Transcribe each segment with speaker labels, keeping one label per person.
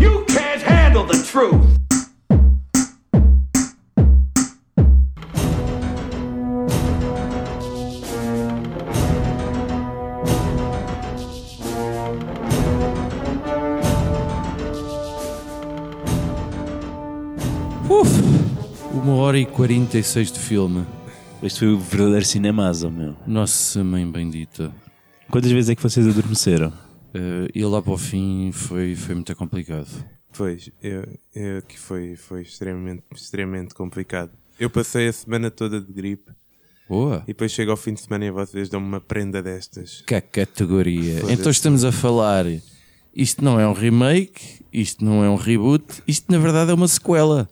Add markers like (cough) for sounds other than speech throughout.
Speaker 1: You can't handle the truth.
Speaker 2: Uf, uma hora e 46 de filme.
Speaker 3: Este foi o verdadeiro cinemazo, meu.
Speaker 2: Nossa mãe bendita.
Speaker 3: Quantas vezes é que vocês adormeceram?
Speaker 2: Eh, e lá para o fim foi, foi muito complicado.
Speaker 4: Pois, eu, eu que foi, foi extremamente, extremamente complicado. Eu passei a semana toda de gripe
Speaker 2: Boa!
Speaker 4: e depois chego ao fim de semana e vocês dão-me uma prenda destas.
Speaker 2: Que categoria! Então estamos a falar. Isto não é um remake, isto não é um reboot, isto na verdade é uma sequela.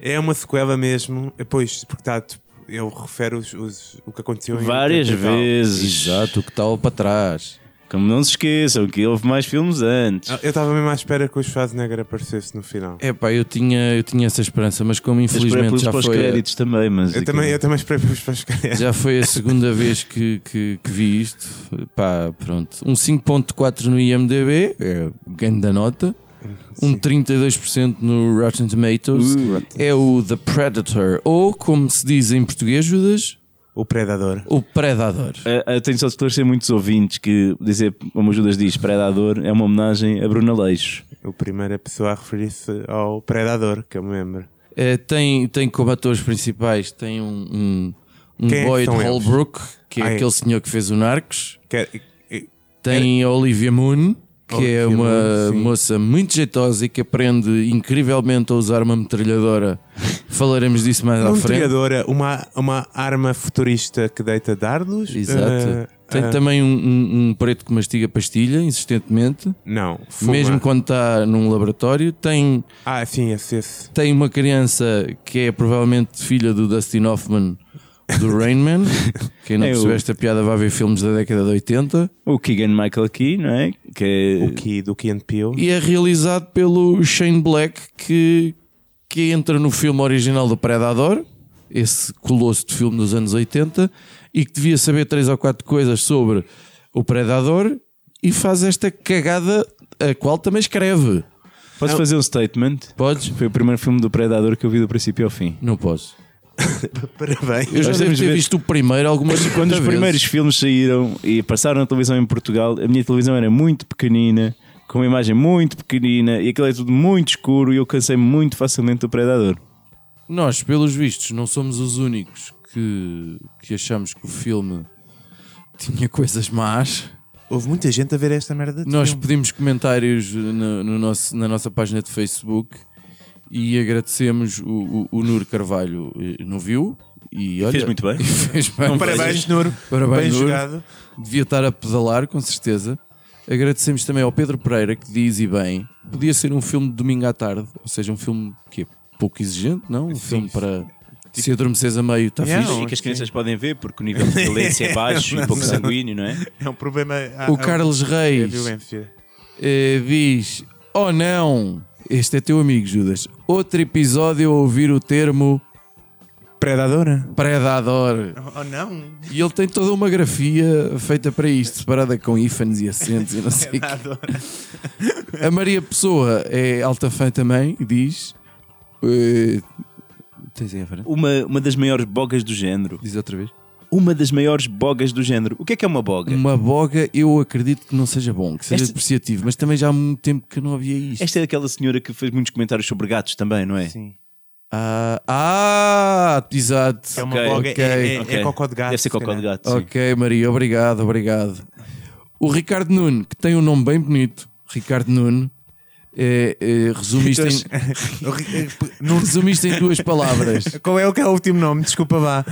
Speaker 4: É uma sequela mesmo, É, pois, porque está. Eu refiro os, os- o que aconteceu em
Speaker 3: Várias
Speaker 4: 80 e tal.
Speaker 3: vezes.
Speaker 2: Exato, o que está lá para trás.
Speaker 3: Como não se esqueçam que houve mais filmes antes.
Speaker 4: Eu estava mesmo à espera que o Schwarzenegger aparecesse no final.
Speaker 2: É pá, eu tinha, eu tinha essa esperança, mas como infelizmente
Speaker 3: pelos
Speaker 2: já
Speaker 3: pós
Speaker 2: foi, eh, a,
Speaker 3: créditos também, mas
Speaker 4: é. Eu também, eu
Speaker 3: aquilo-
Speaker 4: também esperei para os Pascalés.
Speaker 2: já foi a segunda vez que, que, que vi isto, pá, pronto. Um 5.4 no IMDB, é ganho da nota. Um 32% no Rotten
Speaker 4: Uh,
Speaker 2: Tomatoes. É o The Predator, ou como se diz em português, Judas,
Speaker 4: O Predador.
Speaker 2: o Predador.
Speaker 3: Ah, ah, tenho só de esclarecer muitos ouvintes que dizer, como o Judas diz, Predador é uma homenagem a Bruno Aleixo.
Speaker 4: O primeira pessoa a referir-se ao Predador, que eu me lembro.
Speaker 2: Eh, tem, tem como atores principais, tem um, um, um
Speaker 4: Quem é que
Speaker 2: Boyd
Speaker 4: são eles?
Speaker 2: Holbrook, que é
Speaker 4: Ah, é.
Speaker 2: aquele senhor que fez o Narcos.
Speaker 4: Que é- e-
Speaker 2: Tem a Olivia Moon, que é
Speaker 4: Olivia
Speaker 2: uma
Speaker 4: Munn, sim.
Speaker 2: moça muito jeitosa e que aprende incrivelmente a usar uma
Speaker 4: (laughs)
Speaker 2: metralhadora. Falaremos disso mais à
Speaker 4: Uma
Speaker 2: frente.
Speaker 4: metralhadora, é uma, uma arma futurista que deita dardos.
Speaker 2: Exato.
Speaker 4: Ah,
Speaker 2: Tem
Speaker 4: ah,
Speaker 2: também um, um- um preto que mastiga pastilha insistentemente,
Speaker 4: Não, fuma.
Speaker 2: mesmo quando está num laboratório. Tem,
Speaker 4: Ah, sim, esse, esse.
Speaker 2: tem uma criança que é provavelmente filha do Dustin Hoffman
Speaker 4: (laughs)
Speaker 2: do Rain Man. Quem não
Speaker 3: É o-
Speaker 2: percebeu esta piada vai ver filmes da década de 80.
Speaker 3: O Keegan Michael Key, não é? Que é
Speaker 4: O Key, do Key and Peele.
Speaker 2: Eh, E é realizado pelo Shane Black, que, que entra no filme original do Predador, esse colosso de filme dos anos 80, e que devia saber três ou quatro coisas sobre o Predador, e faz esta cagada, a qual também escreve.
Speaker 3: Posso
Speaker 4: Ah.
Speaker 3: fazer um statement?
Speaker 2: Podes?
Speaker 3: Foi o primeiro filme do Predador que eu vi do princípio ao fim.
Speaker 2: Não posso.
Speaker 4: (laughs) Parabéns.
Speaker 2: Eu já devo
Speaker 3: Nós temos
Speaker 2: ter
Speaker 3: ver-
Speaker 2: visto o primeiro algumas
Speaker 3: Quando os
Speaker 2: 50
Speaker 3: primeiros
Speaker 2: vezes.
Speaker 3: filmes saíram e passaram na televisão em Portugal, a minha televisão era muito pequenina, com uma imagem muito pequenina e aquilo é tudo muito escuro e eu cansei muito facilmente do Predador.
Speaker 2: Nós, pelos vistos, não somos os únicos que, que achamos que o filme tinha coisas más.
Speaker 4: Houve muita gente a ver esta merda de
Speaker 2: Nós
Speaker 4: filme.
Speaker 2: pedimos comentários no, no nosso, na nossa página de Facebook e agradecemos o, o, o Nur Carvalho eh, no viu e olha,
Speaker 3: Fez
Speaker 4: (laughs)
Speaker 3: muito
Speaker 2: (laughs)
Speaker 3: bem.
Speaker 2: fez bem.
Speaker 4: Parabéns, Nuro.
Speaker 2: Parabéns,
Speaker 4: Bem
Speaker 2: Nuro.
Speaker 4: jogado.
Speaker 2: Devia estar a pedalar, com certeza. Agradecemos também ao Pedro Pereira que diz e bem, podia ser um filme de domingo à tarde, ou seja, um filme que é pouco exigente, não? Um filme para se adormeces a meio, está
Speaker 4: Tipo Yeah,
Speaker 2: fixe.
Speaker 4: não.
Speaker 3: E que as crianças podem ver porque o nível de
Speaker 4: (laughs)
Speaker 3: violência é baixo e pouco sanguíneo, não é?
Speaker 4: É um problema. há-
Speaker 2: O
Speaker 4: há-
Speaker 2: Carlos
Speaker 4: é a
Speaker 2: Reis
Speaker 4: violência.
Speaker 2: eh, diz: Oh não, este é teu amigo Judas. Outro episódio a ouvir o termo
Speaker 4: Predadora?
Speaker 2: Predador.
Speaker 4: Oh, não.
Speaker 2: E ele tem toda uma grafia feita para isto, separada com ífanes e acentos e não sei o quê.
Speaker 4: Predadora.
Speaker 2: A Maria Pessoa é alta fã também e diz. eh, tens aí a frente?
Speaker 3: Uma, uma das maiores bogas do género.
Speaker 2: Diz outra vez.
Speaker 3: Uma das maiores bogas do género. O que é que é uma
Speaker 4: Hum.
Speaker 3: boga?
Speaker 2: Uma boga, eu acredito que não seja bom, que seja
Speaker 3: Esta-
Speaker 2: depreciativo, mas também já há muito tempo que não havia isto.
Speaker 3: Esta é aquela senhora que fez muitos comentários sobre gatos também, não é?
Speaker 4: Sim.
Speaker 2: Ah, ah, exato.
Speaker 4: É uma
Speaker 3: Ok,
Speaker 4: boga.
Speaker 2: ok,
Speaker 4: é, é,
Speaker 3: Ok.
Speaker 4: é cocó de gato.
Speaker 3: Deve ser cocó de
Speaker 4: caralho.
Speaker 3: gato. sim.
Speaker 2: Ok, Maria, obrigado, obrigado. O Ricardo Nuno, que tem um nome bem bonito, Ricardo Nuno, é, é, resume, isto em, resume isto em duas palavras.
Speaker 4: Qual é o que é o último nome? Desculpa, vá.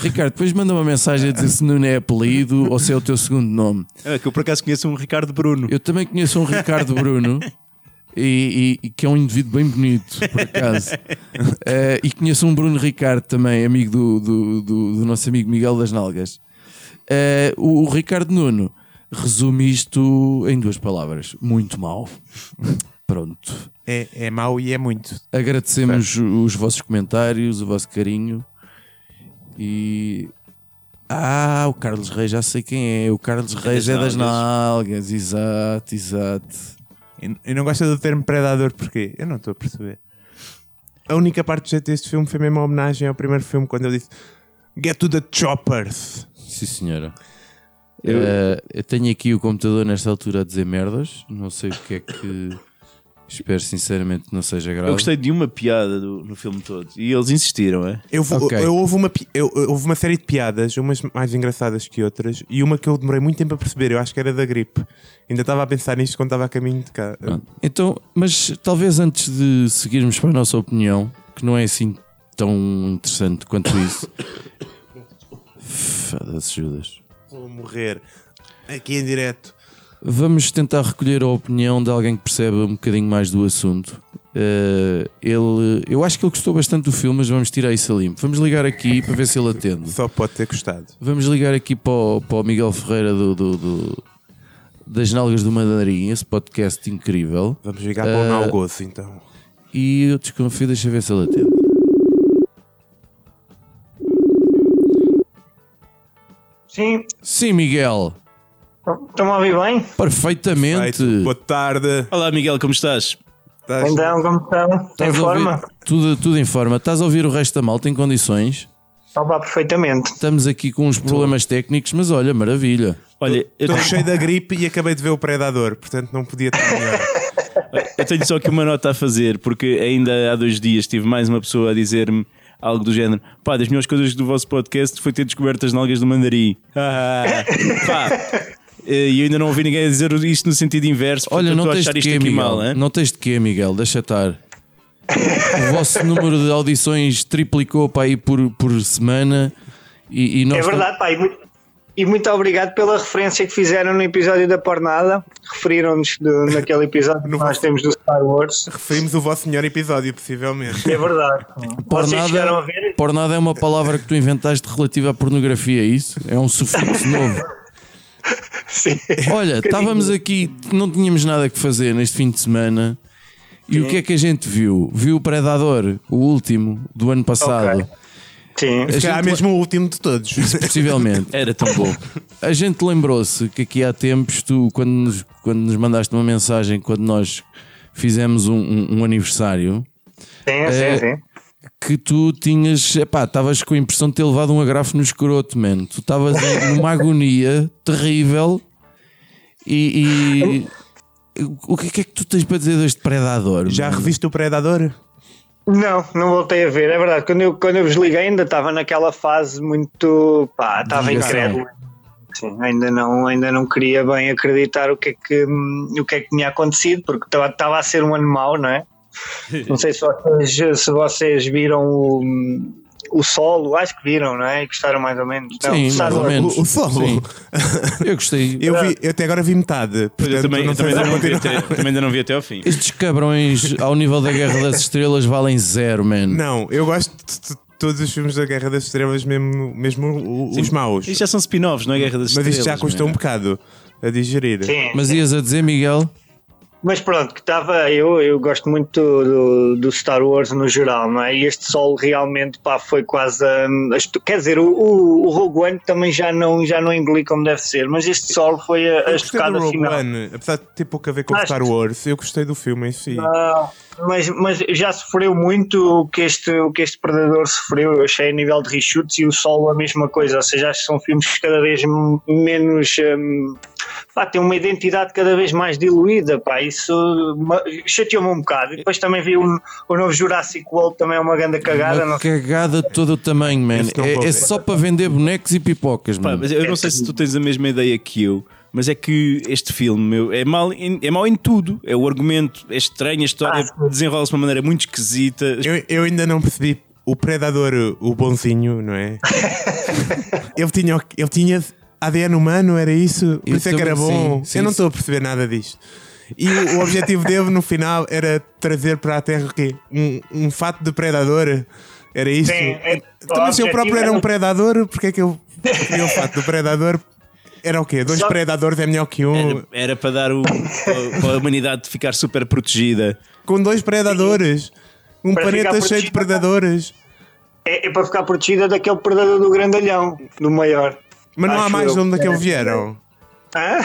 Speaker 2: Ricardo, depois manda uma mensagem a dizer se Nuno é apelido ou se é o teu segundo nome.
Speaker 3: É que eu por acaso conheço um Ricardo Bruno.
Speaker 2: Eu também conheço um Ricardo Bruno. E, e- e que é um indivíduo bem bonito, por (laughs) acaso. Eh, e conheço um Bruno Ricardo também, amigo do, do, do- do nosso amigo Miguel das Nalgas. Eh, o, o Ricardo Nuno resume isto em duas palavras: muito mal. Pronto.
Speaker 5: É, é mau e é muito.
Speaker 2: Agradecemos os vossos comentários, o vosso carinho. E. Ah, o Carlos Reis, já sei quem é. O Carlos Reis é das nalgas. Exato, exato.
Speaker 5: Eu- Eu não gosto do termo predador porque eu não estou a perceber.
Speaker 4: A única parte do jeito deste filme foi mesmo uma homenagem ao primeiro filme, quando ele disse Get to the choppers.
Speaker 2: Sim, senhora.
Speaker 3: Eu-
Speaker 2: Eh, eu tenho aqui o computador nesta altura a dizer merdas. Não sei o que é que. Espero sinceramente que não seja grave.
Speaker 3: Eu gostei de uma piada do- no filme todo. E eles insistiram, é?
Speaker 4: Eu, vou-
Speaker 2: Ok.
Speaker 4: eu, houve uma, pi- eu, eu- houve uma série de piadas, umas mais engraçadas que outras, e uma que eu demorei muito tempo a perceber, eu acho que era da gripe. Ainda estava a pensar nisto quando estava a caminho de cá.
Speaker 2: Pronto. Então, mas talvez antes de seguirmos para a nossa opinião, que não é assim tão interessante quanto isso. (coughs) Foda-se, Judas.
Speaker 4: Vou morrer aqui em direto.
Speaker 2: Vamos tentar recolher a opinião de alguém que percebe um bocadinho mais do assunto. Eh, ele, eu acho que ele gostou bastante do filme, mas vamos tirar isso a limpo. Vamos ligar aqui para ver se ele atende.
Speaker 4: Só pode ter gostado.
Speaker 2: Vamos ligar aqui para o, para o Miguel Ferreira do, do- do- das Nalgas do Madeirinho, esse podcast incrível.
Speaker 4: Vamos ligar para o
Speaker 2: Ah.
Speaker 4: Nau Gozo, então.
Speaker 2: E eu desconfio, deixa eu ver se ele atende.
Speaker 6: Sim,
Speaker 2: Sim, Miguel,
Speaker 6: estão a ouvir bem?
Speaker 2: perfeitamente.
Speaker 4: Perfeito. Boa tarde.
Speaker 3: Olá, Miguel, como estás?
Speaker 4: Estás-
Speaker 6: Então, como estão? Tem
Speaker 2: Estás a ouvir-
Speaker 6: forma?
Speaker 2: Tudo, tudo em forma. Estás a ouvir o resto da malta em condições?
Speaker 6: Opa, perfeitamente. É
Speaker 2: Estamos aqui com uns problemas técnicos, mas olha, maravilha.
Speaker 3: Olha, eu
Speaker 4: Estou
Speaker 3: tenho,
Speaker 4: cheio da gripe e acabei de ver o Predador, portanto não podia ter
Speaker 2: (laughs)
Speaker 4: melhor.
Speaker 3: eu tenho só aqui uma nota a fazer, porque ainda há dois dias tive mais uma pessoa a dizer-me algo do género: pá, das melhores coisas do vosso podcast foi ter descoberto as nalgas do mandarim. (laughs) Ah, pá. eh, E eu ainda não ouvi ninguém a dizer isto no sentido inverso.
Speaker 2: Olha,
Speaker 3: portanto,
Speaker 2: não
Speaker 3: eu estou a
Speaker 2: tens,
Speaker 3: achar
Speaker 2: de
Speaker 3: isto
Speaker 2: quê,
Speaker 3: aqui
Speaker 2: Miguel,
Speaker 3: mal, hein?
Speaker 2: não tens de quê, Miguel? Deixa estar. O vosso número de audições triplicou para aí por, por semana e, e nós
Speaker 6: É verdade, pá, e muito, e muito obrigado pela referência que fizeram no episódio da Pornada. Referiram-nos de- naquele episódio que nós temos do Star Wars.
Speaker 4: Referimos o vosso melhor episódio, possivelmente.
Speaker 6: É verdade. Vocês chegaram a ver?
Speaker 2: pornada é uma palavra que tu inventaste relativa à pornografia, é isso? É um sufixo novo.
Speaker 6: (laughs) Sim. Um
Speaker 2: Olha, estávamos aqui, não tínhamos nada que fazer neste fim de semana. E o que é que a gente viu? Viu o Predador, o último do ano passado,
Speaker 6: Sim.
Speaker 4: Se
Speaker 3: é
Speaker 4: calhar
Speaker 2: gente-
Speaker 4: mesmo o último de todos.
Speaker 6: (laughs)
Speaker 2: possivelmente.
Speaker 3: Era tão bom.
Speaker 2: A gente lembrou-se que aqui há tempos, tu, quando nos, quando nos mandaste uma mensagem, quando nós fizemos um, um- um aniversário,
Speaker 6: Sim,
Speaker 2: é,
Speaker 6: sim, sim.
Speaker 2: que tu tinhas, epá, estavas com a impressão de ter levado um agrafo no escroto, mano. Tu estavas em- numa agonia terrível e. e- o que é que tu tens para dizer deste predador?
Speaker 4: Já
Speaker 2: mano?
Speaker 4: reviste o Predador?
Speaker 6: Não, não voltei a ver. É verdade, quando eu, quando eu vos liguei ainda estava naquela fase muito. pá, estava
Speaker 2: Ligação.
Speaker 6: incrédulo. Sim, ainda não, ainda não queria bem acreditar o que é que, hum, o que, é que tinha acontecido, porque estava, estava a ser um ano mau, não
Speaker 2: (laughs)
Speaker 6: é? Não sei se vocês, se vocês viram o, hum, o solo, acho que viram, não é? E gostaram mais ou menos. Não,
Speaker 2: Sim,
Speaker 6: Star
Speaker 2: mais ou
Speaker 6: Wars.
Speaker 2: menos.
Speaker 4: O- o solo.
Speaker 2: Sim. Eu gostei.
Speaker 4: Eu, vi, eu até agora vi metade.
Speaker 3: Eu
Speaker 4: portanto,
Speaker 3: também,
Speaker 4: não
Speaker 3: eu
Speaker 4: sei
Speaker 3: também
Speaker 4: se
Speaker 3: ainda não
Speaker 4: vou
Speaker 3: vi
Speaker 4: continuar.
Speaker 3: até, também ainda não vi até ao fim.
Speaker 2: Estes cabrões, ao nível da Guerra das Estrelas, valem zero, mano.
Speaker 4: Não, eu gosto de, de todos os filmes da Guerra das Estrelas, mesmo, mesmo o- os maus.
Speaker 3: Isto já são spin-offs, não é Guerra das
Speaker 4: Mas
Speaker 3: Estrelas.
Speaker 4: isto já custou um bocado a digerir.
Speaker 6: Sim,
Speaker 2: Mas ias a dizer, Miguel?
Speaker 6: Mas pronto, que estava. Eu, eu gosto muito do, do Star Wars no geral, não é? E este solo realmente pá, foi quase. hum, a estu- quer dizer, o, o, o Rogue One também já não, já não engoli como deve ser, mas este assim, solo foi
Speaker 4: Eu
Speaker 6: a, a
Speaker 4: gostei do
Speaker 6: estocada
Speaker 4: Rogue
Speaker 6: final.
Speaker 4: One, apesar de ter pouco a ver com
Speaker 6: Acho-
Speaker 4: Star Wars, eu gostei do filme em si.
Speaker 6: Ah, mas, mas já sofreu muito o que, este, o que este Predador sofreu, eu achei, a nível de reshoots e o solo a mesma coisa. Ou seja, acho que são filmes que cada vez m- menos. hum, pá, têm uma identidade cada vez mais diluída. Pá, isso ma- chateou-me um bocado. E depois também vi o, o novo Jurassic World, também é uma grande cagada.
Speaker 2: Uma
Speaker 6: Não sei.
Speaker 2: cagada de todo o tamanho, mano.
Speaker 4: Isso não vou
Speaker 2: É, é
Speaker 4: ver.
Speaker 2: só para vender bonecos e pipocas,
Speaker 3: Pá,
Speaker 2: mano.
Speaker 6: Hum.
Speaker 3: mas eu não sei se tu tens a mesma ideia que eu, mas é que este filme meu, é, mal em, é mau em tudo. É o argumento, é estranho, a história desenrola-se de uma maneira muito esquisita.
Speaker 4: Eu, eu ainda não percebi o Predador, o bonzinho,
Speaker 2: (laughs)
Speaker 4: não é? ele, tinha, o- ele tinha ADN humano, era isso? Por
Speaker 2: Eu
Speaker 4: isso é que
Speaker 2: também-
Speaker 4: era bom.
Speaker 2: sim, sim,
Speaker 4: eu não
Speaker 2: sim.
Speaker 4: estou a perceber nada disto. E o, o objetivo dele no final era trazer para a Terra o quê? Um, um fato de predador? Era isso?
Speaker 6: Sim, é-
Speaker 4: então, mas se eu
Speaker 6: o
Speaker 4: próprio
Speaker 6: objetivo
Speaker 4: era um
Speaker 6: era-
Speaker 4: predador, porque é que eu queria o fato do predador? Era o quê? Dois
Speaker 6: Só-
Speaker 4: predadores é melhor que um.
Speaker 3: Era, era para dar o,
Speaker 6: (laughs)
Speaker 3: para- para a humanidade ficar super protegida.
Speaker 4: Com dois predadores. Um
Speaker 6: Para ficar tá?
Speaker 4: planeta cheio de
Speaker 6: protegido.
Speaker 4: predadores.
Speaker 6: É, é para ficar protegida daquele predador do grandalhão, do maior.
Speaker 4: Mas não há
Speaker 6: Acho
Speaker 4: mais de
Speaker 6: eu. Ah?
Speaker 4: onde é que eles vieram.
Speaker 6: Hã?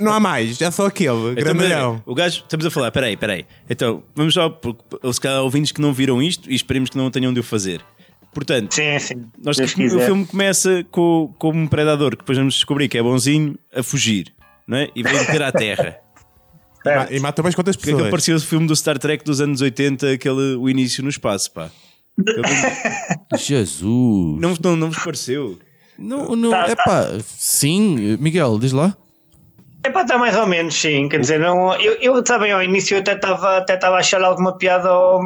Speaker 4: Não há mais, é só aquele.
Speaker 3: Então,
Speaker 4: Grandalhão.
Speaker 3: peraí, o gajo, estamos a falar, peraí, peraí. Então, vamos só, porque se calhar há ouvintes que não viram isto e esperemos que não o tenham de o fazer. Portanto,
Speaker 6: (laughs) Sim, sim.
Speaker 3: Nós,
Speaker 6: Deus
Speaker 3: o
Speaker 6: quiser.
Speaker 3: filme começa com, com um predador que depois vamos descobrir que é bonzinho a fugir não é? e vem ter à Terra.
Speaker 4: Ma- E matou mais quantas
Speaker 3: Porque é que
Speaker 4: pessoas?
Speaker 3: apareceu o filme do Star Trek dos anos 80, aquele o início no
Speaker 4: (laughs)
Speaker 3: espaço, pá.
Speaker 2: Jesus.
Speaker 3: Não, não, não vos pareceu?
Speaker 2: Não, não,
Speaker 4: tá,
Speaker 2: é pá, sim, Miguel, diz lá.
Speaker 6: Epá, está mais ou menos, sim. Quer dizer, não, eu, eu sabem, ao início eu até estava até estava a achar alguma piada ao,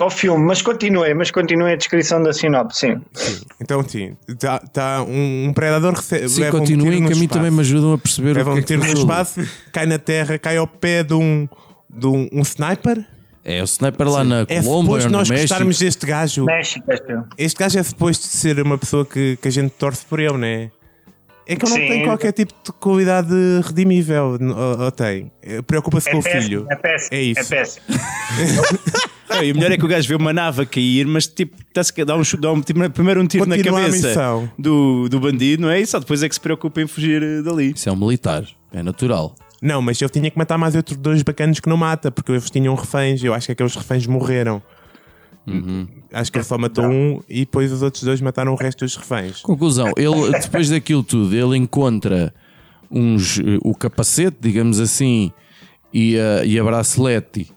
Speaker 6: ao filme, mas continuei, mas continuei a descrição da sinopse, sim.
Speaker 4: Então, sim, tá, tá um, um predador recebe.
Speaker 2: Sim, continuem, que a mim também me ajudam a perceber o
Speaker 4: Levam
Speaker 2: que é
Speaker 4: um
Speaker 2: que
Speaker 4: tiro no
Speaker 2: aquilo-
Speaker 4: espaço, cai na terra, cai ao pé de um, de um, um sniper.
Speaker 2: É, o sniper lá na
Speaker 4: É
Speaker 2: Colômbia,
Speaker 4: suposto
Speaker 2: Um no
Speaker 4: nós gostarmos
Speaker 2: México.
Speaker 4: deste gajo.
Speaker 6: México, acho eu.
Speaker 4: Este gajo é suposto ser uma pessoa que, que a gente torce por ele, não é? É que ele não
Speaker 6: Sim.
Speaker 4: tem qualquer tipo de qualidade redimível, n- ou, ou tem. Eh, Preocupa-se com o filho.
Speaker 6: é péssimo,
Speaker 4: É isso.
Speaker 6: É péssimo.
Speaker 3: Não, e o melhor é que o gajo vê uma nave a cair, mas tipo, tá-se a dar um, chu- dá um, tipo, primeiro um tiro
Speaker 4: Continua a
Speaker 3: na
Speaker 4: missão.
Speaker 3: cabeça do, do bandido, não é? E só depois é que se preocupa em fugir eh, dali.
Speaker 2: Isso é um militar, é natural.
Speaker 4: Não, mas ele tinha que matar mais outros dois bacanos que não mata, porque eles tinham reféns. Eu acho que aqueles reféns morreram.
Speaker 3: Uhum.
Speaker 4: Acho que ele só matou um e depois os outros dois mataram o resto dos reféns.
Speaker 2: Conclusão,
Speaker 6: (laughs)
Speaker 2: ele depois daquilo tudo, ele encontra uns, eh, o capacete, digamos assim, e a, e a bracelete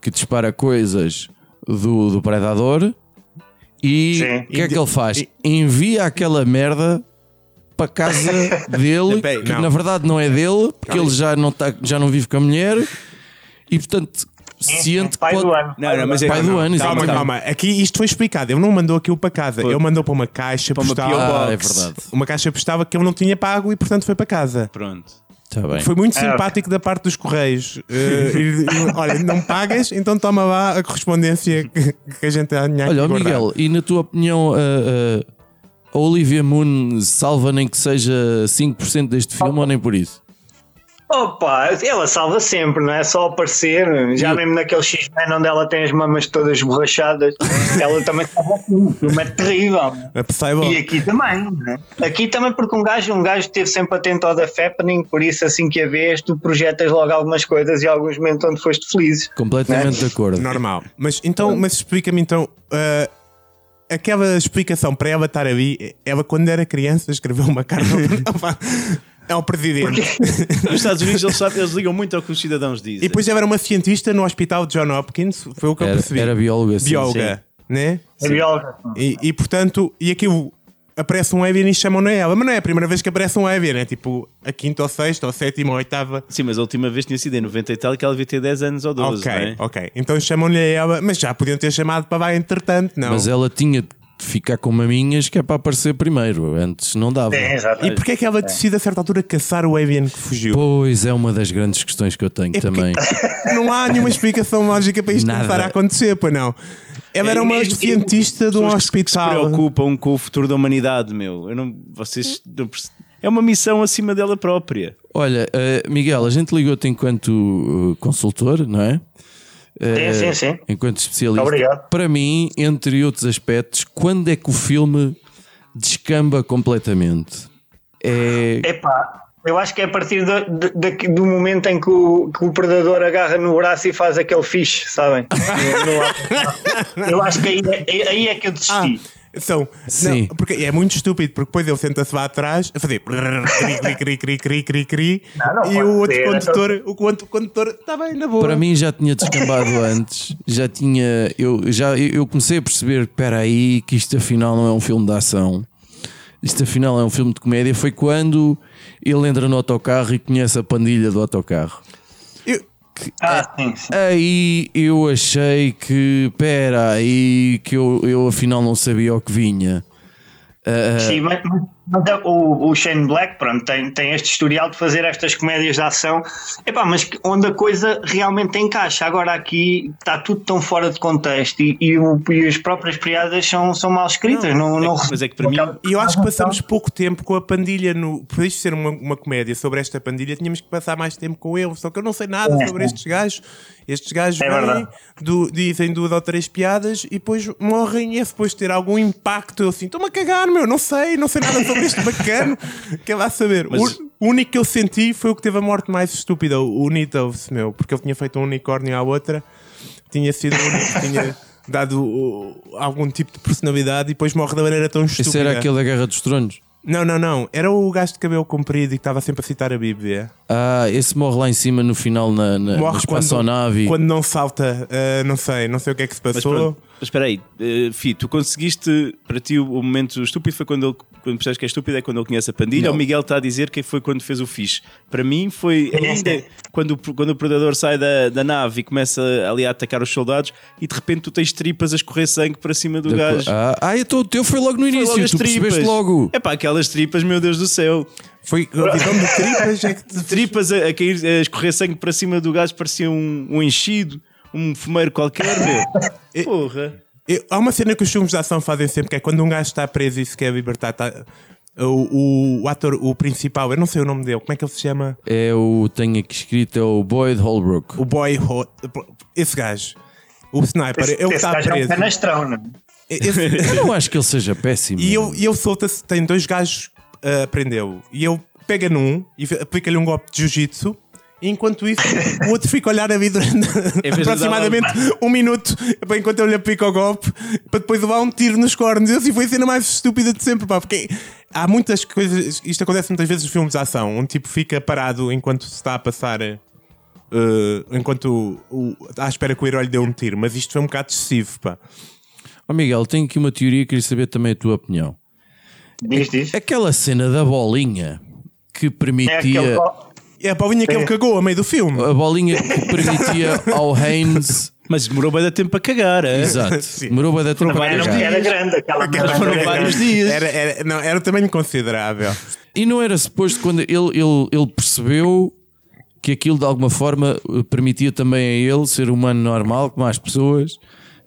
Speaker 2: que dispara coisas do, do predador. E
Speaker 6: Sim.
Speaker 2: o que é que ele faz? Envia aquela merda para
Speaker 6: (laughs)
Speaker 2: casa dele,
Speaker 3: Peraí,
Speaker 2: que
Speaker 4: não.
Speaker 2: na verdade não é dele, porque ele já não, tá, já não vive com a mulher e portanto sente que
Speaker 6: Uhum. Pai
Speaker 2: pode-
Speaker 6: do ano.
Speaker 3: Não, não, mas é,
Speaker 2: Pai do ano,
Speaker 3: calma,
Speaker 4: Calma,
Speaker 2: exatamente.
Speaker 3: calma.
Speaker 4: calma. Aqui isto foi explicado. Ele não mandou aquilo para casa. Ele mandou para uma caixa
Speaker 3: Para uma
Speaker 4: postal.
Speaker 3: P.O.
Speaker 2: Ah,
Speaker 3: Box.
Speaker 2: é verdade.
Speaker 4: Uma caixa postal que ele não tinha pago e portanto foi para casa.
Speaker 3: Pronto.
Speaker 2: Está bem.
Speaker 4: Foi muito
Speaker 6: Ah,
Speaker 4: simpático da parte dos Correios. Eh, e- e, olha, não pagas, então toma lá a correspondência que, que a gente tinha aqui
Speaker 2: Olha, ó
Speaker 4: guardada.
Speaker 2: Miguel, e na tua opinião, a, a- a Olivia Moon salva nem que seja 5% deste filme ou nem por isso?
Speaker 6: Opa, ela salva sempre, não é só aparecer. Já mesmo naquele X-Men onde ela tem as mamas todas borrachadas,
Speaker 4: (laughs)
Speaker 6: ela também salva tudo. O filme é terrível.
Speaker 4: A Psylocke.
Speaker 6: E aqui também, né? Aqui também porque um gajo, um gajo esteve sempre atento ao da Fappening, por isso assim que a vês, tu projetas logo algumas coisas e alguns momentos onde foste feliz.
Speaker 2: Completamente de acordo.
Speaker 4: Normal. (laughs) Mas então, mas explica-me então. ah, aquela explicação para ela estar ali, ela quando era criança escreveu uma carta (laughs) ao- ao presidente.
Speaker 3: Nos Estados Unidos eles, sabem, eles ligam muito ao que os cidadãos dizem.
Speaker 4: E depois ela era uma cientista no hospital de John Hopkins, foi o que eu
Speaker 2: Era,
Speaker 4: percebi.
Speaker 2: era bióloga, sim.
Speaker 4: bióloga, né?
Speaker 6: A bióloga.
Speaker 4: E, e, portanto, e aquilo aparece um alien e chamam-no a ela. Mas não é a primeira vez que aparece um alien, é tipo a quinta ou sexta, ou sétima ou oitava.
Speaker 3: Sim, mas a última vez tinha sido em 90 e tal, que ela devia ter 10 anos ou 12,
Speaker 4: ok,
Speaker 3: não é?
Speaker 4: ok. Então chamam-lhe a ela, mas já podiam ter chamado para lá entretanto, não?
Speaker 2: Mas ela tinha de ficar com maminhas que é para aparecer primeiro. Antes não dava.
Speaker 6: Sim, exato.
Speaker 4: E porquê é que ela decide a certa altura caçar o alien que fugiu?
Speaker 2: Pois é uma das grandes questões que eu tenho
Speaker 6: É
Speaker 2: também.
Speaker 6: tá-
Speaker 4: Não há nenhuma explicação lógica para isto
Speaker 2: Nada.
Speaker 4: começar a acontecer, pois não. Ela era uma
Speaker 3: É, é,
Speaker 4: cientista de um
Speaker 3: Pessoas que se
Speaker 4: hospital.
Speaker 3: preocupam com o futuro da humanidade, meu. Eu não, vocês não perce- É uma missão acima dela própria.
Speaker 2: Olha, eh, Miguel, a gente ligou-te enquanto eh, consultor, não é?
Speaker 6: Sim, sim, sim.
Speaker 2: enquanto especialista.
Speaker 6: Obrigado.
Speaker 2: Para mim, entre outros aspectos, quando é que o filme descamba completamente? É,
Speaker 6: Epá, eu acho que é a partir do, do- daqui- do momento em que o, que o predador agarra no braço e faz aquele fixe, sabem? Eu, não- eu acho que aí, é- aí é que eu
Speaker 4: Ah,
Speaker 6: desisti.
Speaker 4: são.
Speaker 2: Sim.
Speaker 4: Não, porque é muito estúpido, porque depois ele senta-se lá atrás a fazer. cri, cri, cri, cri, cri, cri,
Speaker 6: Não, não
Speaker 4: e
Speaker 6: pode
Speaker 4: o outro
Speaker 6: ser, então.
Speaker 4: condutor, o outro condutor está bem na boa.
Speaker 2: para mim já tinha descambado (laughs) antes, já tinha. Eu, já, eu comecei a perceber: espera aí, que isto afinal não é um filme de ação, isto afinal é um filme de comédia. Foi quando ele entra no autocarro e conhece a pandilha do autocarro.
Speaker 6: Ah, sim, sim.
Speaker 2: Aí eu achei que, pera aí, que eu, eu afinal não sabia o que vinha.
Speaker 6: Sim, mas, Mas é- O, o Shane Black pronto, tem, tem este historial de fazer estas comédias de ação, Epá, mas que- onde a coisa realmente encaixa. Agora aqui está tudo tão fora de contexto e, e, o- e as próprias piadas são, são mal escritas. Não, não,
Speaker 3: é que- mas é que para mim-
Speaker 4: E eu acho que passamos pouco tempo com a pandilha. No... Por isto ser uma, uma comédia sobre esta pandilha, tínhamos que passar mais tempo com ele. Só que eu não sei nada
Speaker 6: É.
Speaker 4: sobre estes gajos. Estes gajos
Speaker 6: É
Speaker 4: vêm,
Speaker 6: verdade.
Speaker 4: du- dizem duas ou três piadas e depois morrem. E é suposto ter algum impacto. Eu assim, estou-me a cagar, meu. Não sei, não sei nada sobre este
Speaker 6: (laughs)
Speaker 4: bacano. Quer lá saber.
Speaker 3: Mas-
Speaker 4: O, o único que eu senti foi o que teve a morte mais estúpida, o Needles, meu. Porque ele tinha feito um unicórnio à outra tinha sido o único que
Speaker 2: (laughs)
Speaker 4: tinha dado uh, algum tipo de personalidade e depois morre da maneira tão estúpida.
Speaker 2: Esse era aquele da Guerra dos Tronos.
Speaker 4: Não, não, não. Era o gajo de cabelo comprido e que estava sempre a citar a Bíblia.
Speaker 2: Ah, esse morre lá em cima no final na, na, na
Speaker 4: Morre
Speaker 2: espaçonave.
Speaker 4: quando, quando não salta. uh, não sei, não sei o que é que se
Speaker 3: Mas
Speaker 4: passou.
Speaker 3: pronto, mas espera aí, eh, Fi, tu conseguiste, para ti o o momento estúpido foi quando ele, quando percebes que é estúpido, é quando ele conhece a pandilha, o Miguel está a dizer que foi quando fez o fixe. Para mim foi ainda quando, o- quando o predador sai da, da nave e começa ali a atacar os soldados e de repente tu tens tripas a escorrer sangue para cima do gajo.
Speaker 2: Ah, ah, então o teu foi logo no
Speaker 3: Foi
Speaker 2: início,
Speaker 3: logo as
Speaker 2: tu percebeste logo.
Speaker 3: É pá, aquelas tripas, meu Deus do céu.
Speaker 4: Foi a visão de tripas. É que
Speaker 3: (laughs)
Speaker 4: te-
Speaker 3: Tripas a, a cair, a escorrer sangue para cima do gajo, parecia um, um enchido, um fumeiro qualquer, (laughs) meu. Porra.
Speaker 4: Eu- há uma cena que os filmes de ação fazem sempre, que é quando um gajo está preso e se quer libertar. tá- o, o, o ator, o principal, eu não sei o nome dele, como é que ele se chama?
Speaker 2: É o, tenho aqui escrito, é o Boyd Holbrook.
Speaker 4: O boy. Ho- Esse gajo. O sniper, ele
Speaker 6: esse
Speaker 4: está
Speaker 6: gajo é um
Speaker 4: preso.
Speaker 6: canastrão, não é?
Speaker 4: Esse-
Speaker 2: Eu não acho que ele seja péssimo.
Speaker 4: E eu, e eu solta-se, tem dois gajos a prendeu. E eu pega num e f- aplica-lhe um golpe de jiu-jitsu. E enquanto isso, o outro fica a olhar a mim durante
Speaker 3: (laughs) Em vez de
Speaker 4: aproximadamente um minuto pá, enquanto eu lhe aplico o golpe para depois levar um tiro nos cornos. Eu assim foi a cena mais estúpida de sempre, pá, porque há muitas coisas. Isto acontece muitas vezes nos filmes de ação, um tipo fica parado enquanto se está a passar. eh, enquanto o, o- à espera que o herói lhe dê um tiro, mas isto foi um bocado excessivo, pá.
Speaker 2: Ó Miguel, tenho aqui uma teoria queria saber também a tua opinião.
Speaker 6: Diz, diz.
Speaker 2: Aquela cena da bolinha É que
Speaker 6: É aquele
Speaker 2: permitia.
Speaker 6: co-
Speaker 4: É a Paulinha que ele cagou a meio do filme.
Speaker 2: a bolinha que permitia ao
Speaker 4: (laughs)
Speaker 2: Haynes.
Speaker 3: Mas demorou bem de tempo para cagar, é?
Speaker 2: Exato. Demorou bem da trompa
Speaker 6: Também
Speaker 2: a
Speaker 6: era,
Speaker 2: cagar.
Speaker 6: era grande aquela
Speaker 4: Aquelas
Speaker 3: foram
Speaker 4: era-
Speaker 3: vários
Speaker 4: era-
Speaker 3: dias.
Speaker 4: Era, era, não, era também considerável.
Speaker 2: E não era suposto quando ele, ele, ele percebeu que aquilo de alguma forma eh, permitia também a ele, ser humano normal, como as pessoas,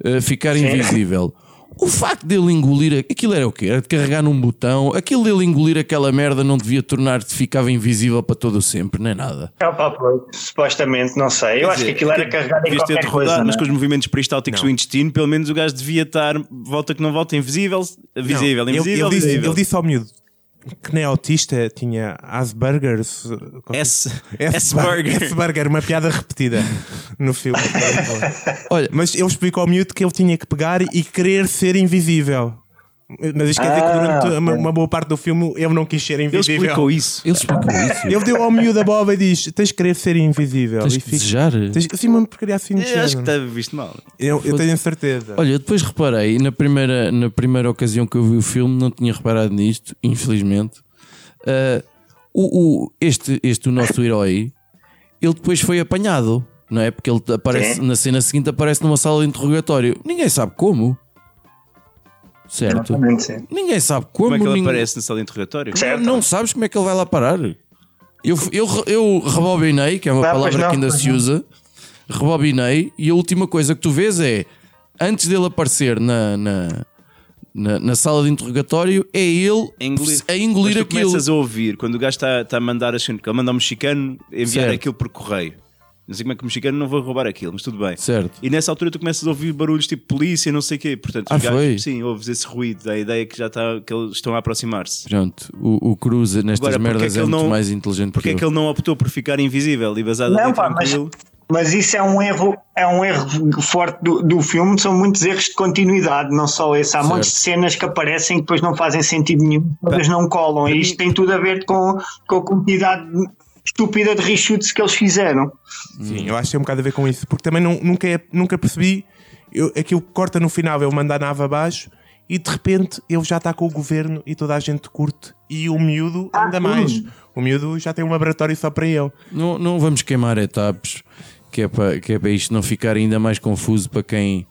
Speaker 2: eh, ficar invisível. O facto dele engolir a- aquilo era o quê? Era de carregar num botão, aquilo dele engolir aquela merda não devia tornar-te ficava invisível para todo o sempre, nem nada.
Speaker 6: É o papo, supostamente, não sei. Eu acho que aquilo era carregado em
Speaker 3: Devias ter de
Speaker 6: qualquer
Speaker 3: rodar,
Speaker 6: coisa.
Speaker 3: mas
Speaker 6: não é?
Speaker 3: com os movimentos peristálticos do intestino, pelo menos o gajo devia estar, volta que não volta, invisível, visível,
Speaker 4: Não, ele-
Speaker 3: invisível,
Speaker 4: ele, disse,
Speaker 3: visível.
Speaker 4: ele disse ao miúdo que nem autista tinha Asperger's.
Speaker 3: S-
Speaker 4: Asperger.
Speaker 3: Asperger.
Speaker 4: Asperger, uma piada repetida no filme.
Speaker 2: Olha,
Speaker 4: Mas ele explicou ao miúdo que ele tinha que pegar e querer ser invisível. Mas isto quer dizer que durante
Speaker 3: Ah,
Speaker 4: uma, uma boa parte do filme ele não quis ser
Speaker 3: Ele
Speaker 4: invisível.
Speaker 3: explicou isso.
Speaker 2: ele explicou isso.
Speaker 4: Ele deu ao miúdo a bola e diz: Tens que querer ser invisível.
Speaker 2: Tens
Speaker 4: e
Speaker 2: que desejar.
Speaker 4: Tens, assim, uma porcaria assim de
Speaker 3: Eu acho que
Speaker 4: género.
Speaker 3: está visto mal.
Speaker 4: Eu, eu tenho a certeza.
Speaker 2: Olha, eu depois reparei, na primeira, na primeira ocasião que eu vi o filme, não tinha reparado nisto, infelizmente. Ah, o, o- este, este, o nosso herói, ele depois foi apanhado, não é? Porque ele aparece, na cena seguinte aparece numa sala de interrogatório. Ninguém sabe como. Certo?
Speaker 6: Exatamente, sim.
Speaker 2: Ninguém sabe como.
Speaker 3: Como é que ele
Speaker 2: ninguém-
Speaker 3: aparece na sala de interrogatório?
Speaker 6: Certo.
Speaker 2: Não sabes como é que ele vai lá parar. Eu, eu, eu rebobinei, que é uma
Speaker 6: Ah, pois
Speaker 2: palavra
Speaker 6: não,
Speaker 2: que ainda
Speaker 6: pois
Speaker 2: se
Speaker 6: não.
Speaker 2: usa, rebobinei, e a última coisa que tu vês é, antes dele aparecer na, na, na, na sala de interrogatório, é ele
Speaker 3: A engolir,
Speaker 2: a É engolir
Speaker 3: Mas tu
Speaker 2: aquilo.
Speaker 3: começas a ouvir quando o gajo está, está a mandar a ele manda ao mexicano enviar
Speaker 2: Certo.
Speaker 3: aquilo por correio. Não sei como é que o mexicano não vai roubar aquilo, mas tudo bem.
Speaker 2: Certo.
Speaker 3: E nessa altura tu começas a ouvir barulhos tipo polícia, não sei o quê. Portanto, os
Speaker 2: Ah,
Speaker 3: gajos-
Speaker 2: foi?
Speaker 3: sim, ouves esse ruído, a ideia é que já está, que eles estão a aproximar-se.
Speaker 2: Pronto, o, o Cruz nestas
Speaker 3: Agora, porque
Speaker 2: merdas
Speaker 3: é
Speaker 2: é,
Speaker 3: que ele
Speaker 2: muito
Speaker 3: não-
Speaker 2: mais inteligente
Speaker 3: Porque é que
Speaker 2: eu.
Speaker 3: ele não optou por ficar invisível e basado
Speaker 6: Não,
Speaker 3: ali
Speaker 6: pá, mas-
Speaker 3: tranquilo?
Speaker 6: Mas isso é um erro, é um erro forte do, do filme. São muitos erros de continuidade, não só esse. Há montes de cenas que aparecem que depois não fazem sentido nenhum, todas não colam. E isto tem tudo a ver com, com a quantidade estúpida de reshoots que eles fizeram.
Speaker 4: Sim,
Speaker 2: Hum.
Speaker 4: eu acho que tem um bocado a ver com isso, porque também não- nunca, é- nunca percebi eu, aquilo que corta no final, ele manda a nave abaixo e de repente ele já está com o governo e toda a gente curte e o miúdo ainda mais. O miúdo já tem um laboratório só para ele.
Speaker 2: Não, não vamos queimar etapas,
Speaker 3: (laughs)
Speaker 2: que é, para, que é para isto não ficar ainda mais confuso para quem.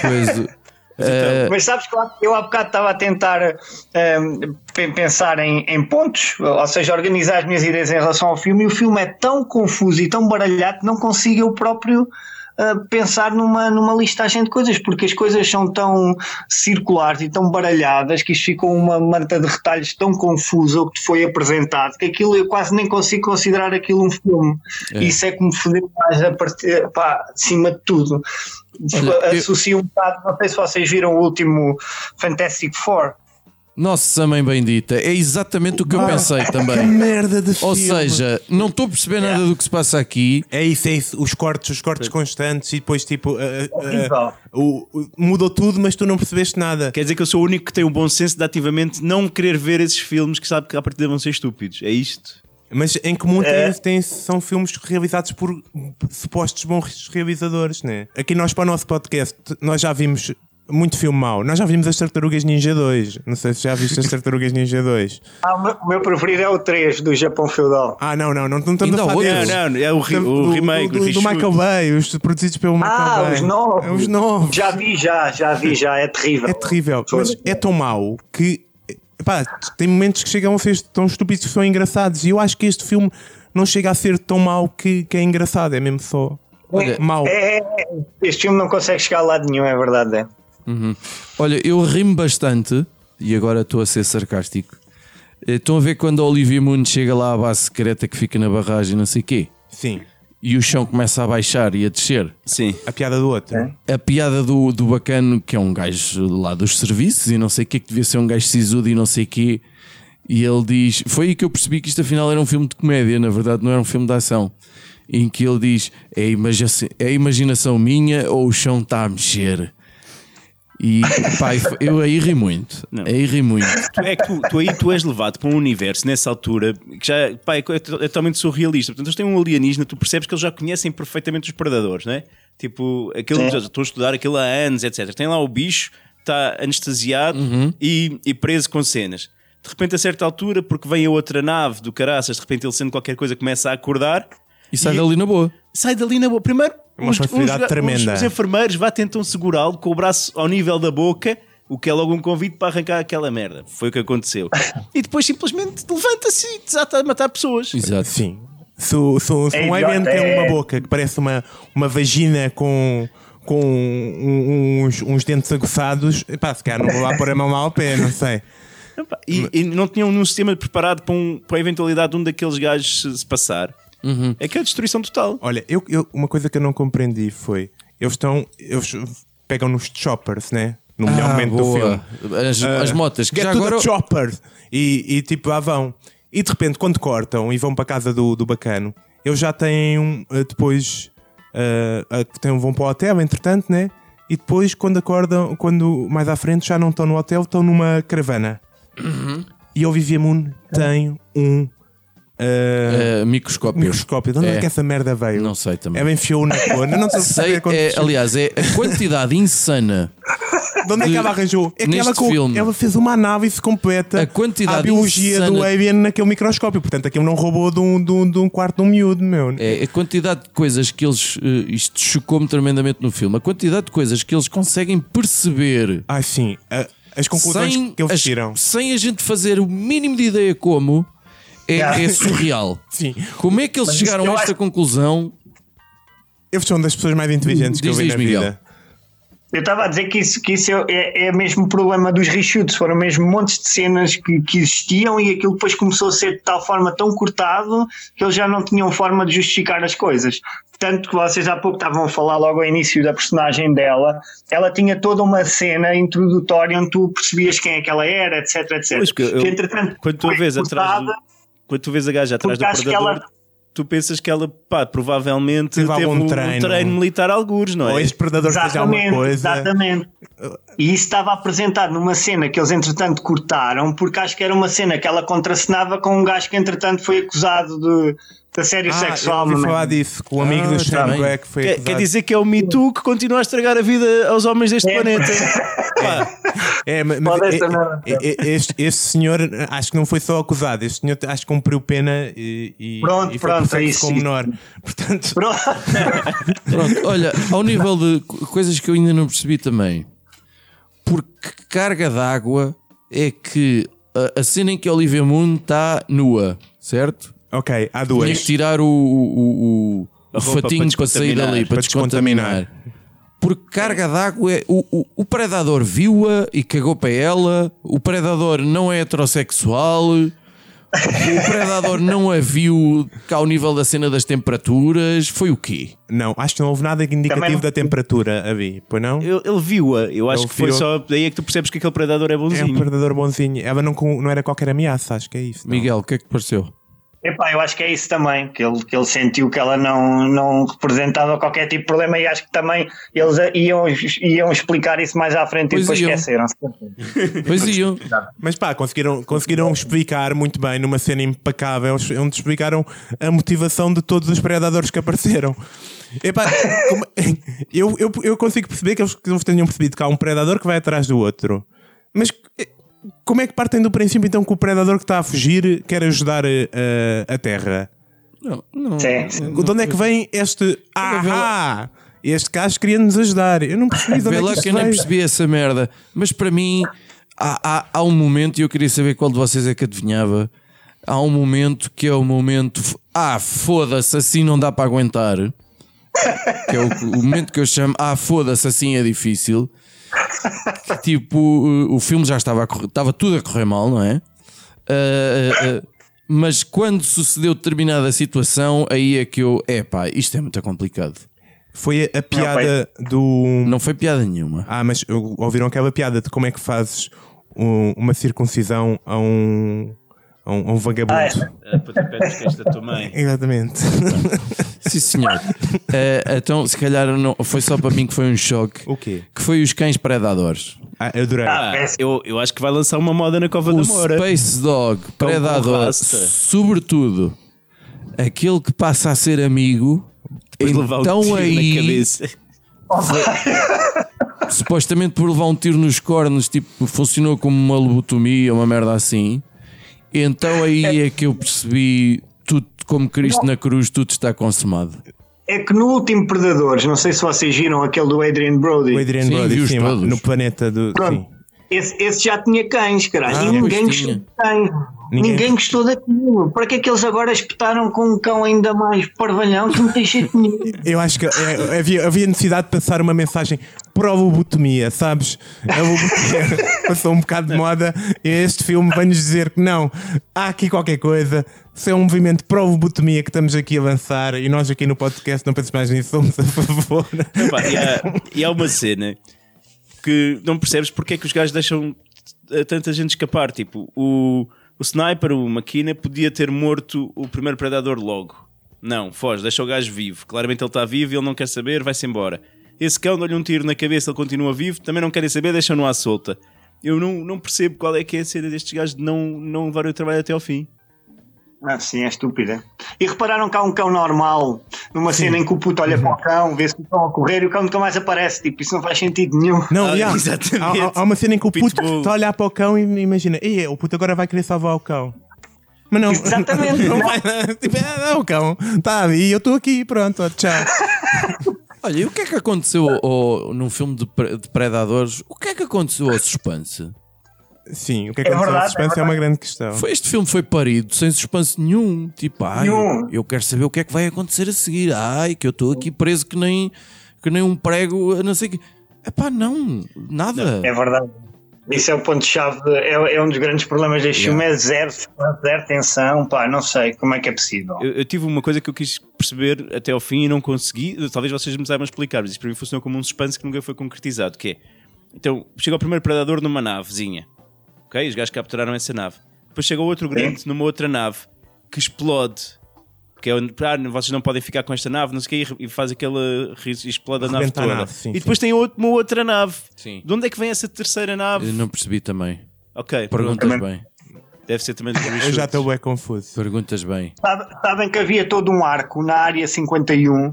Speaker 2: coisa. Eh,
Speaker 6: Mas sabes que eu há- eu há bocado estava a tentar ehm, pe- pensar em, em pontos, ou seja, organizar as minhas ideias em relação ao filme, e o filme é tão confuso e tão baralhado que não consigo eu próprio ah, pensar numa, numa listagem de coisas, porque as coisas são tão circulares e tão baralhadas que isto ficou uma manta de retalhos tão confusa o que te foi apresentado, que aquilo eu quase nem consigo considerar aquilo um filme. Isso é que me fodeu mais a partir, pá, acima de tudo
Speaker 2: Olha, eu-
Speaker 6: associa um bocado, não sei se vocês viram o último Fantastic Four.
Speaker 2: Nossa mãe bendita, é exatamente o que
Speaker 6: Ah,
Speaker 2: eu pensei também.
Speaker 4: Merda de
Speaker 2: É. Ou seja, não estou a perceber nada do que se passa aqui.
Speaker 4: É isso, é isso. Os cortes, os
Speaker 2: É.
Speaker 4: cortes constantes e depois tipo. ah, ah,
Speaker 6: Horrível.
Speaker 4: ah, o- o- mudou tudo, mas tu não percebeste nada.
Speaker 3: Quer dizer que eu sou o único que tem o bom senso de ativamente não querer ver esses filmes que sabe que à partida vão ser estúpidos. É isto?
Speaker 4: Mas em comum tem-
Speaker 6: É.
Speaker 4: tem- são filmes realizados por supostos bons realizadores, né? Aqui nós, para o nosso podcast, nós já vimos muito filme mau. Nós já vimos As Tartarugas Ninja 2. Não sei se já viste As Tartarugas Ninja 2.
Speaker 6: Ah, o meu- o meu preferido é o 3 do Japão Feudal.
Speaker 4: Ah, não, não, não, não estamos
Speaker 2: Ainda
Speaker 4: a falar
Speaker 2: há outro?
Speaker 4: deles.
Speaker 3: Não, não, é o re-
Speaker 4: Estamos-
Speaker 3: o
Speaker 4: do,
Speaker 3: remake, o
Speaker 4: do, do
Speaker 3: reshoot.
Speaker 4: Michael Bay, os produzidos pelo Michael
Speaker 6: Ah,
Speaker 4: Bay.
Speaker 6: os novos.
Speaker 4: É Os novos.
Speaker 6: Já vi, já, já vi, já. É terrível.
Speaker 4: É terrível.
Speaker 6: assim.
Speaker 4: Mas é tão mau que. Pá, tem momentos que chegam a ser tão estúpidos que são engraçados. E eu acho que este filme não chega a ser tão mau que, que é engraçado. É mesmo só.
Speaker 2: Olha,
Speaker 4: mau.
Speaker 6: É, é, é. este filme não consegue chegar a lado nenhum, é verdade. é.
Speaker 2: Olha, eu rimo bastante e agora estou a ser sarcástico. Eh, Estão a ver quando a Olivia Moon chega lá à base secreta que fica na barragem, não sei quê,
Speaker 4: Sim.
Speaker 2: e o chão começa a baixar e a descer.
Speaker 3: Sim.
Speaker 4: A piada do outro.
Speaker 6: É.
Speaker 2: A piada do, do bacano, que é um gajo lá dos serviços e não sei o que, que devia ser um gajo sisudo e não sei o quê, e ele diz: Foi aí que eu percebi que isto afinal era um filme de comédia, na verdade não era um filme de ação. Em que ele diz: É a, imagina é a imaginação minha ou o chão está a mexer? E pá, eu aí ri muito. Aí ri muito.
Speaker 3: Tu- É que tu, tu aí tu és levado para um universo nessa altura que já pá, é, co- é to- é totalmente surrealista. Portanto, eles têm um alienígena, tu percebes que eles já conhecem perfeitamente os predadores, não é? Tipo, aquele, já estou a estudar aquilo há anos, etc. Tem lá o bicho, está anestesiado e, e preso com cenas. De repente, a certa altura, porque vem a outra nave do caraças, de repente ele sendo qualquer coisa começa a acordar.
Speaker 2: E sai dali na boa.
Speaker 3: sai dali na boa. Primeiro,
Speaker 4: É
Speaker 3: um-
Speaker 4: Uma facilidade
Speaker 3: ga-
Speaker 4: tremenda.
Speaker 3: os enfermeiros vá tentam segurá-lo com o braço ao nível da boca, o que é logo um convite para arrancar aquela merda. Foi o
Speaker 4: (laughs)
Speaker 3: que aconteceu. e depois simplesmente levanta-se e desata a matar pessoas.
Speaker 2: Exato.
Speaker 4: Sim. Se, o- se, o- se
Speaker 6: É
Speaker 4: um
Speaker 6: idiota,
Speaker 4: alien tem
Speaker 6: é.
Speaker 4: uma boca que parece uma, uma vagina com. Com um- uns, uns dentes aguçados, pá, se calhar não vou lá pôr a mão lá ao pé, não sei.
Speaker 3: Epá, E, e não tinham nenhum sistema preparado para, um- para a eventualidade de um daqueles gajos se, se passar.
Speaker 4: Uhum.
Speaker 3: É que é a destruição total.
Speaker 4: Olha, eu, eu- uma coisa que eu não compreendi foi: eles estão. Eles pegam nos choppers, né? No melhor
Speaker 2: Ah,
Speaker 4: momento do filme.
Speaker 2: boa. As, as
Speaker 4: Ah,
Speaker 2: motas, que
Speaker 4: get
Speaker 2: já
Speaker 4: to the
Speaker 2: agora.
Speaker 4: chopper! E, e tipo, lá vão. E de repente, quando cortam e vão para a casa do, do bacano, eles já têm um, ah, depois. ah, ah, têm- vão para o hotel, entretanto, né? E depois, quando acordam, quando mais à frente já não estão no hotel, estão numa caravana.
Speaker 2: Uhum.
Speaker 4: E a Olivia Moon
Speaker 2: É.
Speaker 4: tem um. ah,
Speaker 2: eh, microscópio.
Speaker 4: microscópio. De onde é.
Speaker 2: É.
Speaker 4: que essa merda veio?
Speaker 2: Não sei também.
Speaker 4: Ela enfiou na cona. Não sei
Speaker 2: Sei,
Speaker 4: saber quando-
Speaker 2: é, aliás, é a quantidade insana
Speaker 4: de onde é que ela arranjou? É que
Speaker 2: Neste
Speaker 4: ela, co-
Speaker 2: filme.
Speaker 4: ela fez uma análise completa
Speaker 2: A quantidade
Speaker 4: à biologia
Speaker 2: insana-
Speaker 4: do alien naquele microscópio. Portanto, aquilo não roubou de um, de um, de um quarto de um miúdo, meu.
Speaker 2: É a quantidade de coisas que eles. eh, Isto chocou-me tremendamente no filme. A quantidade de coisas que eles conseguem perceber
Speaker 4: Ah, sim. A- as conclusões
Speaker 2: sem,
Speaker 4: que eles
Speaker 2: as-
Speaker 4: tiram.
Speaker 2: sem a gente fazer o mínimo de ideia como é,
Speaker 6: Yeah.
Speaker 2: é surreal.
Speaker 4: Sim.
Speaker 2: Como é que eles
Speaker 6: Mas
Speaker 2: chegaram
Speaker 6: eu
Speaker 2: a esta
Speaker 6: acho-
Speaker 2: conclusão?
Speaker 4: Eles são das pessoas mais inteligentes que eu
Speaker 2: Diz,
Speaker 4: vi
Speaker 2: diz,
Speaker 4: na
Speaker 2: Miguel.
Speaker 4: vida.
Speaker 6: Eu estava a dizer que isso, que isso é, é, é mesmo o problema dos reshoots, foram mesmo montes de cenas que, que existiam e aquilo depois começou a ser de tal forma tão cortado que eles já não tinham forma de justificar as coisas. Tanto que vocês há pouco estavam a falar logo ao início da personagem dela, ela tinha toda uma cena introdutória onde tu percebias quem é que ela era, etc, etc.
Speaker 3: Pois, que eu-
Speaker 6: que entretanto,
Speaker 3: Quando tu a
Speaker 6: foi
Speaker 3: vês atrás do,
Speaker 6: cortada,
Speaker 3: quando tu vês a gaja atrás do
Speaker 6: Porque acho que
Speaker 3: predador,
Speaker 6: ela-
Speaker 3: tu pensas que ela pá, provavelmente
Speaker 4: Teve
Speaker 3: teve,
Speaker 4: algum
Speaker 3: um
Speaker 4: treino.
Speaker 3: treino. militar algures, não é?
Speaker 4: Ou este predador fez alguma
Speaker 6: Exatamente,
Speaker 4: coisa.
Speaker 6: exatamente. E isso estava apresentado numa cena que eles entretanto cortaram, porque acho que era uma cena que ela contracenava com um gajo que entretanto foi acusado de, de assédio
Speaker 4: Ah,
Speaker 6: sexual.
Speaker 4: eu ouvi
Speaker 6: não é?
Speaker 4: falar disso. que O amigo do Shane
Speaker 2: Ah, bem.
Speaker 4: Black foi
Speaker 3: Quer,
Speaker 4: acusado.
Speaker 3: quer dizer que é o Me Too que continua a estragar a vida aos homens deste
Speaker 6: É.
Speaker 3: planeta. Pá,
Speaker 4: É, mas, mas
Speaker 6: Pode
Speaker 4: é-
Speaker 6: ser, não.
Speaker 4: é- é- este, este senhor acho que não foi só acusado, este senhor acho que cumpriu pena e, e,
Speaker 6: Pronto,
Speaker 4: e foi
Speaker 6: pronto,
Speaker 4: processos
Speaker 6: é isso,
Speaker 4: com
Speaker 6: isso.
Speaker 4: menor. (laughs) Portanto,
Speaker 6: Pronto. (laughs)
Speaker 2: Pronto, olha, ao nível de co- coisas que eu ainda não percebi também. porque carga d'água é que a, a cena em que Olivia Moon está nua, certo?
Speaker 4: Ok, há
Speaker 2: Tinha que
Speaker 4: duas.
Speaker 2: tirar o, o- o- o
Speaker 3: A roupa
Speaker 2: fatinho
Speaker 3: para
Speaker 2: para, sair
Speaker 3: descontaminar,
Speaker 2: dali, para,
Speaker 4: para
Speaker 2: descontaminar. Porque carga d'água é. O, o, o predador viu-a e cagou para ela. O predador não é heterossexual. O predador não a viu cá ao nível da cena das temperaturas. Foi o quê?
Speaker 4: Não, acho que não houve nada
Speaker 6: Também
Speaker 4: indicativo
Speaker 6: não-
Speaker 4: da temperatura, Avi, pois não?
Speaker 3: Ele, ele viu-a, eu acho
Speaker 4: Ele
Speaker 3: que foi
Speaker 4: viu-a.
Speaker 3: só. Daí é que tu percebes que aquele predador é
Speaker 4: É um
Speaker 3: bonzinho.
Speaker 4: predador bonzinho. Ela não, com- não era qualquer ameaça, acho que é isso. não?
Speaker 2: Miguel, o que é que te pareceu?
Speaker 6: Epá, eu acho que é isso também, que ele, que ele sentiu que ela não, não representava qualquer tipo de problema e acho que também eles a- iam, iam explicar isso mais à frente
Speaker 2: Pois
Speaker 6: e depois
Speaker 2: iam.
Speaker 6: esqueceram-se.
Speaker 2: Pois iam.
Speaker 4: Mas pá, conseguiram, conseguiram explicar muito bem numa cena impecável, onde explicaram a motivação de todos os predadores que apareceram. Epá, como- (laughs) eu, eu, eu consigo perceber que eles, que eles tenham percebido que há um predador que vai atrás do outro. Mas eh, como é que partem do princípio então que o predador que está a fugir quer ajudar eh, a, a Terra?
Speaker 2: Não, não.
Speaker 6: Sim, sim.
Speaker 4: De onde é que vem este. Ah, este gajo queria nos ajudar. Eu não percebi de onde
Speaker 2: Vê
Speaker 4: é que
Speaker 2: lá
Speaker 4: isto
Speaker 2: que eu nem
Speaker 4: veio.
Speaker 2: percebi essa merda. Mas para mim, há, há, há um momento, e eu queria saber qual de vocês é que adivinhava. Há um momento que é o momento. f- Ah, foda-se, assim não dá para aguentar. Que é o, o momento que eu chamo. Ah, foda-se, assim é difícil. Que, tipo, o, o filme já estava a correr, estava tudo a correr mal, não é? Ah, ah, ah, mas quando sucedeu determinada situação, aí é que eu. Epá, isto é muito complicado.
Speaker 4: Foi a piada do.
Speaker 2: Não foi piada nenhuma.
Speaker 4: Ah, mas ouviram aquela piada de como é que fazes um- uma circuncisão a um, a um, a um vagabundo?
Speaker 3: Ah, puta, pedes que esta tua mãe.
Speaker 4: Exatamente. (laughs)
Speaker 2: Sim, senhor. Eh, então, se calhar não, foi só para mim que foi um choque.
Speaker 4: O quê?
Speaker 2: Que foi os cães predadores.
Speaker 4: Ah, eu adorei.
Speaker 3: Ah, eu, eu acho que vai lançar uma moda na Cova da
Speaker 2: O
Speaker 3: Moura.
Speaker 2: Space
Speaker 3: É um
Speaker 2: Dog
Speaker 3: com
Speaker 2: predador,
Speaker 3: raça.
Speaker 2: sobretudo aquele que passa a ser amigo,
Speaker 3: Depois levar um
Speaker 2: então
Speaker 3: tiro
Speaker 2: aí,
Speaker 3: na cabeça.
Speaker 2: supostamente por levar um tiro nos cornos, tipo, funcionou como uma lobotomia, uma merda assim. Então aí é que eu percebi tudo como Cristo na cruz, tudo está consumado.
Speaker 6: É que no último Predadores, não sei se vocês viram aquele do Adrian Brody,
Speaker 4: o Adrian
Speaker 2: Sim, vi
Speaker 4: Brody,
Speaker 2: os
Speaker 4: sim,
Speaker 2: todos.
Speaker 4: no planeta do.
Speaker 6: Pronto.
Speaker 4: Sim.
Speaker 6: Esse, esse já tinha cães, caralho.
Speaker 2: Ah,
Speaker 6: E ninguém
Speaker 2: pois
Speaker 6: gostou
Speaker 2: tinha.
Speaker 6: de cães.
Speaker 4: Ninguém-
Speaker 6: Ninguém... gostou daquilo. Para que é que eles agora espetaram com um cão ainda mais parvalhão que não tem jeito nenhum?
Speaker 4: Eu acho que é, havia, havia necessidade de passar uma mensagem pró-lobotomia, sabes? A lobotomia (laughs) passou um bocado de moda e este filme vem-nos dizer que não, há aqui qualquer coisa. Se é um movimento pró-lobotomia que estamos aqui a lançar e nós aqui no podcast, não penses mais nisso, somos a favor.
Speaker 3: Pá, e, há, e há uma cena que não percebes porque é que os gajos deixam t- tanta gente escapar. Tipo, o, o sniper, o Maquina, podia ter morto o primeiro predador logo. Não, foge, deixa o gajo vivo. Claramente ele está vivo e ele não quer saber, vai-se embora. Esse cão dá-lhe um tiro na cabeça, ele continua vivo, também não querem saber, deixam-no à solta. Eu não, não percebo qual é que é a cena destes gajos de não, não levar o trabalho até ao fim.
Speaker 6: (laughs) Ah, sim, é estúpida. E repararam que há um cão normal, numa cena em que o puto olha para o cão, vê se o cão a correr e o cão nunca mais aparece. Tipo, isso não faz sentido nenhum.
Speaker 4: Não,
Speaker 3: Ah,
Speaker 4: já.
Speaker 3: (laughs) exatamente.
Speaker 4: Há, há- há uma cena em que o puto
Speaker 3: Pitbull.
Speaker 4: está a olhar para o cão e imagina, "Ei, o puto agora vai querer salvar o cão. Mas não,
Speaker 6: Exatamente.
Speaker 4: (laughs) não vai, tipo, "Ah, não, o cão está ali, eu estou aqui, pronto, ó, tchau.
Speaker 2: Olha, e o que é que aconteceu ao- ao- num filme de, pre- de predadores? O que é que aconteceu ao suspense?
Speaker 4: Sim, o que é
Speaker 6: É
Speaker 4: que aconteceu?
Speaker 6: verdade,
Speaker 4: A suspense é
Speaker 6: é
Speaker 4: uma grande questão.
Speaker 2: Foi, este filme foi parido sem suspense nenhum. Tipo, ai, eu,
Speaker 6: Nenhum.
Speaker 2: eu quero saber o que é que vai acontecer a seguir. Ai, que eu estou aqui preso que nem, que nem um prego, a não sei o quê. Epá, não, nada.
Speaker 6: É verdade. Isso é o ponto-chave, de- é, é um dos grandes problemas deste
Speaker 2: Yeah.
Speaker 6: filme, é zero, zero tensão, pá, não sei como é que é possível.
Speaker 3: Eu, eu tive uma coisa que eu quis perceber até ao fim e não consegui. Talvez vocês me saibam explicar, mas isto para mim funcionou como um suspense que nunca foi concretizado. Que é, então, chega o primeiro predador numa navezinha. Ok? Os gajos capturaram essa nave. Depois chega o outro grande numa outra nave que explode. Que é onde, ah, vocês não podem ficar com esta nave, não sei o quê, e faz aquela. ris- e explode a nave
Speaker 4: Rebenta a
Speaker 3: toda.
Speaker 4: nave, sim,
Speaker 3: e depois tem outro- uma outra nave.
Speaker 2: Sim.
Speaker 3: De onde é que vem essa terceira nave?
Speaker 2: Eu não percebi também.
Speaker 3: Ok, pronto.
Speaker 2: Perguntas bem.
Speaker 3: Deve ser também.
Speaker 4: Eu já estou bem confuso.
Speaker 2: Perguntas bem.
Speaker 6: Sabe- Sabem que havia todo um arco na
Speaker 2: (laughs)
Speaker 6: área 51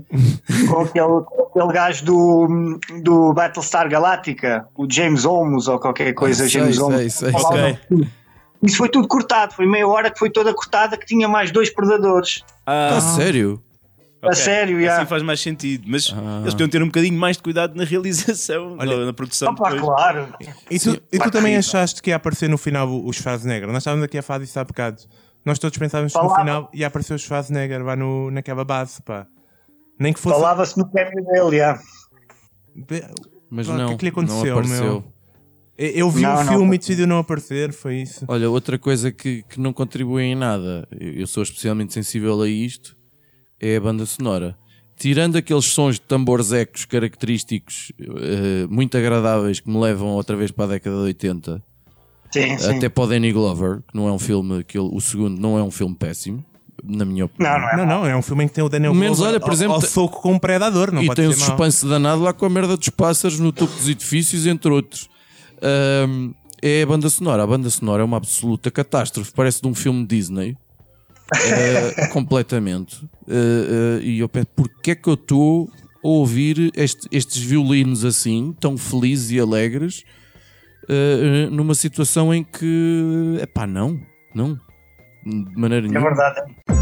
Speaker 6: com aquele, com aquele gajo do, do Battlestar Galactica, o James Olmos ou qualquer coisa.
Speaker 2: Ah, sei,
Speaker 6: James Olmos.
Speaker 2: sei, sei,
Speaker 6: Falava-
Speaker 3: sei.
Speaker 6: Isso foi
Speaker 3: Ah,
Speaker 6: tudo cortado, foi meia hora que foi toda cortada que tinha mais dois predadores.
Speaker 2: Ah, sério?
Speaker 6: A sério, já.
Speaker 3: Assim faz mais sentido. Mas eles podiam ter um bocadinho mais de cuidado na realização, na, na produção.
Speaker 6: Opa,
Speaker 3: depois.
Speaker 6: claro.
Speaker 4: E tu, e tu
Speaker 6: Pá,
Speaker 4: também
Speaker 6: horrível.
Speaker 4: achaste que ia aparecer no final o o Schwarzenegger? Nós estávamos aqui a falar disso há bocado. Nós todos pensávamos que no
Speaker 6: Falava.
Speaker 4: final ia aparecer o Schwarzenegger lá no, naquela base, pá. Nem que fosse.
Speaker 6: Falava-se no prémio dele, já.
Speaker 4: Be-
Speaker 2: Mas
Speaker 4: Pá, o
Speaker 2: não,
Speaker 4: que é que lhe aconteceu,
Speaker 2: não apareceu.
Speaker 4: meu? Eu- Eu vi
Speaker 6: Não,
Speaker 4: o
Speaker 6: não.
Speaker 4: filme e decidi não aparecer, foi isso.
Speaker 2: Olha, outra coisa que, que não contribui em nada, eu eu sou especialmente sensível a isto, é a banda sonora. Tirando aqueles sons de tambores ecos característicos, eh, muito agradáveis, que me levam outra vez para a década de 80,
Speaker 6: Sim, sim.
Speaker 2: até para o Danny Glover, que não é um filme, que ele- o segundo não é um filme péssimo, na minha opinião.
Speaker 6: Não, não é.
Speaker 4: Não, não, é um filme em que tem o Daniel
Speaker 2: Menos,
Speaker 4: Glover
Speaker 2: olha, por
Speaker 4: ao-
Speaker 2: exemplo,
Speaker 4: ao
Speaker 2: te-
Speaker 4: soco com um predador, não
Speaker 2: e
Speaker 4: pode
Speaker 2: tem um
Speaker 4: ser mau.
Speaker 2: suspense danado lá com a merda dos pássaros no topo dos edifícios, entre outros. Ahm, é a banda sonora. A banda sonora é uma absoluta catástrofe. Parece de um filme Disney. Ah, (laughs) completamente. Ah, ah, e eu penso, porquê é que eu estou a ouvir este- estes violinos assim, tão felizes e alegres, ah, ah, numa situação em que. Epá, não. Não. De maneira
Speaker 6: É
Speaker 2: nenhuma.
Speaker 6: verdade.